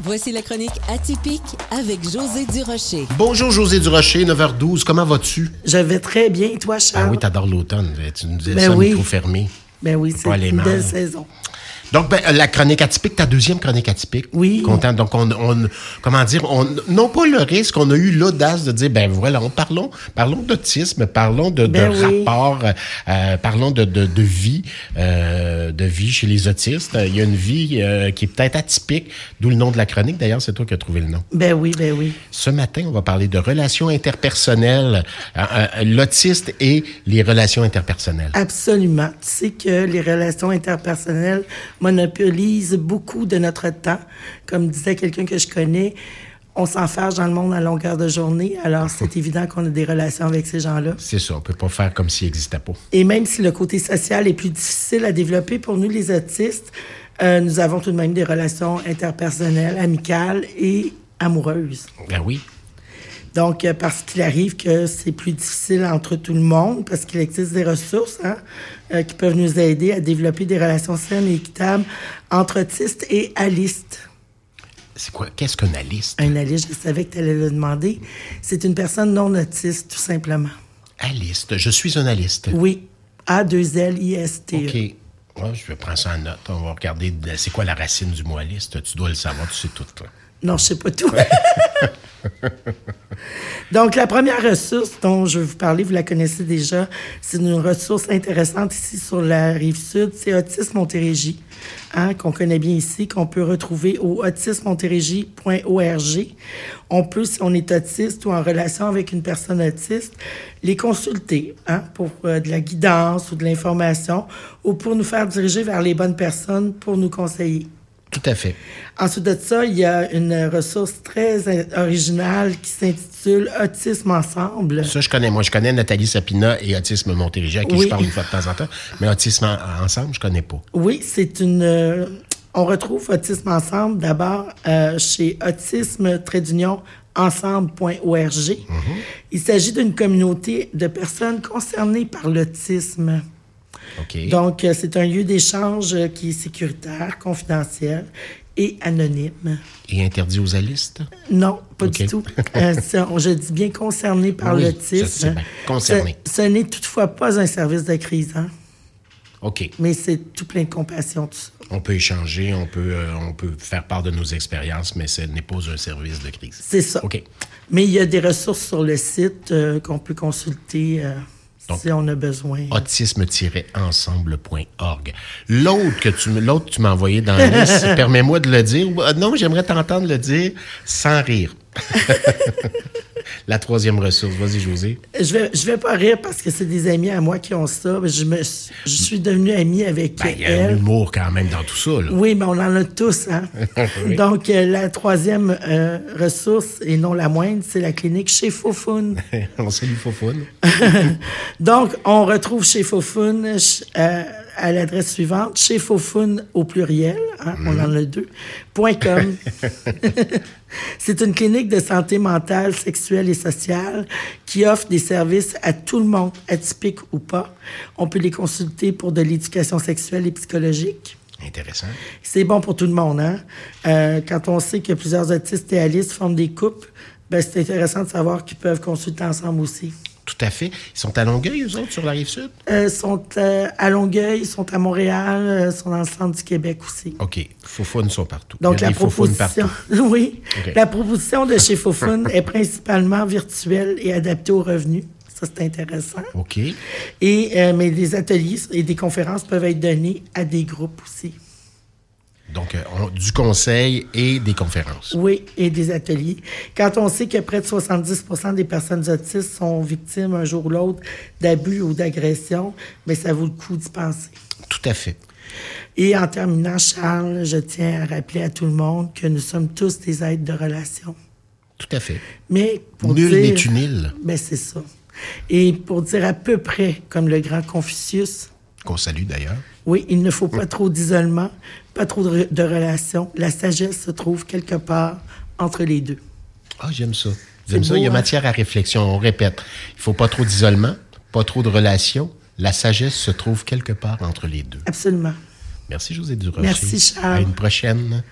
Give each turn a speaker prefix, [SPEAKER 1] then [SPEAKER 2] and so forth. [SPEAKER 1] Voici la chronique atypique avec José Durocher.
[SPEAKER 2] Bonjour José Durocher, 9h12, comment vas-tu?
[SPEAKER 3] Je vais très bien, et toi,
[SPEAKER 2] Ah
[SPEAKER 3] Charles?
[SPEAKER 2] oui, t'adores l'automne, eh, tu nous disais
[SPEAKER 3] Ben
[SPEAKER 2] ça,
[SPEAKER 3] oui.
[SPEAKER 2] micro fermé.
[SPEAKER 3] Ben oui, c'est
[SPEAKER 2] Pas les
[SPEAKER 3] une
[SPEAKER 2] mâles.
[SPEAKER 3] belle saison.
[SPEAKER 2] Donc, ben, la chronique atypique, ta deuxième chronique atypique.
[SPEAKER 3] Oui.
[SPEAKER 2] Content. Donc, on, on- comment dire, on, non pas le risque, on a eu l'audace de dire, ben voilà, on parlons, parlons d'autisme, parlons de, de
[SPEAKER 3] Ben oui.
[SPEAKER 2] rapport, euh, parlons de, de, de vie, euh, de vie chez les autistes. Il y a une vie euh, qui est peut-être atypique, d'où le nom de la chronique. D'ailleurs, c'est toi qui as trouvé le nom.
[SPEAKER 3] Ben oui, ben oui.
[SPEAKER 2] Ce matin, on va parler de relations interpersonnelles, euh, euh, l'autiste et les relations interpersonnelles.
[SPEAKER 3] Absolument. Tu sais que les relations interpersonnelles monopolisent beaucoup de notre temps. Comme disait quelqu'un que je connais, on s'enferge dans le monde à longueur de journée, alors c'est évident qu'on a des relations avec ces gens-là.
[SPEAKER 2] C'est ça, on peut pas faire comme s'il n'existait pas.
[SPEAKER 3] Et même si le côté social est plus difficile à développer pour nous, les autistes, euh, nous avons tout de même des relations interpersonnelles, amicales et amoureuses.
[SPEAKER 2] Ben oui.
[SPEAKER 3] Donc, euh, parce qu'il arrive que c'est plus difficile entre tout le monde, parce qu'il existe des ressources hein, euh, qui peuvent nous aider à développer des relations saines et équitables entre autistes et alistes.
[SPEAKER 2] C'est quoi? Qu'est-ce qu'un aliste?
[SPEAKER 3] Un aliste, je savais que tu allais le demander. C'est une personne non autiste, tout simplement.
[SPEAKER 2] Aliste. Je suis un aliste.
[SPEAKER 3] Oui. A-2-L-I-S-T.
[SPEAKER 2] OK. Ouais, je vais prendre ça en note. On va regarder de- c'est quoi la racine du mot aliste. Tu dois le savoir, tu sais tout. toi.
[SPEAKER 3] Non, je sais pas tout. Donc, la première ressource dont je vais vous parler, vous la connaissez déjà, c'est une ressource intéressante ici sur la rive sud, c'est Autisme Montérégie, hein, qu'on connaît bien ici, qu'on peut retrouver au autismemontérégie.org. On peut, si on est autiste ou en relation avec une personne autiste, les consulter hein, pour euh, de la guidance ou de l'information ou pour nous faire diriger vers les bonnes personnes pour nous conseiller.
[SPEAKER 2] Tout à fait.
[SPEAKER 3] Ensuite de ça, il y a une ressource très in- originale qui s'intitule Autisme Ensemble.
[SPEAKER 2] Ça, je connais. Moi, je connais Nathalie Sapina et Autisme Montérégie, à qui
[SPEAKER 3] Oui.
[SPEAKER 2] je parle une fois de temps en temps. Mais Autisme en- ensemble, je connais pas.
[SPEAKER 3] Oui, c'est une. euh, on retrouve Autisme Ensemble d'abord euh, chez autisme ensemble.org. Il s'agit d'une communauté de personnes concernées par l'autisme.
[SPEAKER 2] OK.
[SPEAKER 3] Donc, euh, c'est un lieu d'échange euh, qui est sécuritaire, confidentiel et anonyme.
[SPEAKER 2] et interdit aux alistes?
[SPEAKER 3] Non, pas
[SPEAKER 2] Ok.
[SPEAKER 3] du tout. Euh, ça, on- je dis bien concerné par
[SPEAKER 2] Oui, je sais
[SPEAKER 3] l'autisme.
[SPEAKER 2] bien. Concerné.
[SPEAKER 3] Ce, ce n'est toutefois pas un service de crise, hein,
[SPEAKER 2] OK.
[SPEAKER 3] mais c'est tout plein de compassion, tout ça.
[SPEAKER 2] On peut échanger, on peut, euh, on peut faire part de nos expériences, mais ce n'est pas un service de crise.
[SPEAKER 3] C'est ça.
[SPEAKER 2] OK.
[SPEAKER 3] Mais il y a des ressources sur le site euh, qu'on peut consulter euh,
[SPEAKER 2] Donc, Ah.
[SPEAKER 3] si on a besoin.
[SPEAKER 2] autisme-ensemble.org. L'autre que tu, me- l'autre que tu m'as envoyé dans la liste, permets-moi de le dire. ou- euh, Non, j'aimerais t'entendre le dire sans rire. la troisième ressource. Vas-y, José.
[SPEAKER 3] Je vais, je vais pas rire parce que c'est des amis à moi qui ont ça. mais Je, me, suis- je suis devenue amie avec
[SPEAKER 2] Ben, Il y a un
[SPEAKER 3] elle.
[SPEAKER 2] humour quand même dans tout ça. là.
[SPEAKER 3] Oui, mais on en a tous. Hein?
[SPEAKER 2] Oui.
[SPEAKER 3] Donc, euh, la troisième euh, ressource, et non la moindre, c'est la clinique chez Foufoune.
[SPEAKER 2] on salue Foufoune.
[SPEAKER 3] Donc, on retrouve chez Fofun à l'adresse suivante, chez Fofun au pluriel, hein, on en a deux, point .com. C'est une clinique de santé mentale, sexuelle et sociale qui offre des services à tout le monde, atypique ou pas. On peut les consulter pour de l'éducation sexuelle et psychologique.
[SPEAKER 2] Intéressant.
[SPEAKER 3] C'est bon pour tout le monde, hein? Euh, quand on sait que plusieurs autistes et alistes forment des couples, ben, c'est intéressant de savoir qu'ils peuvent consulter ensemble aussi.
[SPEAKER 2] Tout à fait. Ils sont à Longueuil, eux autres, sur la rive sud?
[SPEAKER 3] Euh, sont euh, à Longueuil, sont à Montréal, euh, sont dans le centre du Québec aussi.
[SPEAKER 2] OK. Foufounes sont partout.
[SPEAKER 3] Donc
[SPEAKER 2] Il y a
[SPEAKER 3] la
[SPEAKER 2] des Foufounes
[SPEAKER 3] proposition, oui,
[SPEAKER 2] Ok.
[SPEAKER 3] la proposition de chez Fofun est principalement virtuelle et adaptée aux revenus. Ça c'est intéressant.
[SPEAKER 2] partout. OK.
[SPEAKER 3] Et euh, mais des ateliers et des conférences peuvent être donnés à des groupes aussi.
[SPEAKER 2] Donc, euh, on- du conseil et des conférences.
[SPEAKER 3] Oui, et des ateliers. Quand on sait que près de 70 des personnes autistes sont victimes un jour ou l'autre d'abus ou d'agressions, mais ça vaut le coup d'y penser.
[SPEAKER 2] Tout à fait.
[SPEAKER 3] Et en terminant, Charles, je tiens à rappeler à tout le monde que nous sommes tous des êtres de relation.
[SPEAKER 2] Tout à fait.
[SPEAKER 3] Mais pour
[SPEAKER 2] Nul
[SPEAKER 3] dire-
[SPEAKER 2] n'est une île.
[SPEAKER 3] Ben, c'est ça. Et pour dire à peu près comme le grand Confucius,
[SPEAKER 2] Qu'on salue d'ailleurs.
[SPEAKER 3] oui, il ne faut pas trop d'isolement, pas trop de, de relations. La sagesse se trouve quelque part entre les deux.
[SPEAKER 2] Ah, j'aime ça. J'aime
[SPEAKER 3] C'est
[SPEAKER 2] ça.
[SPEAKER 3] beau,
[SPEAKER 2] Il y a
[SPEAKER 3] hein?
[SPEAKER 2] matière à réflexion. On répète. Il faut pas trop d'isolement, pas trop de relations. La sagesse se trouve quelque part entre les deux.
[SPEAKER 3] Absolument.
[SPEAKER 2] Merci, José Durocher.
[SPEAKER 3] Merci, Charles.
[SPEAKER 2] À une prochaine.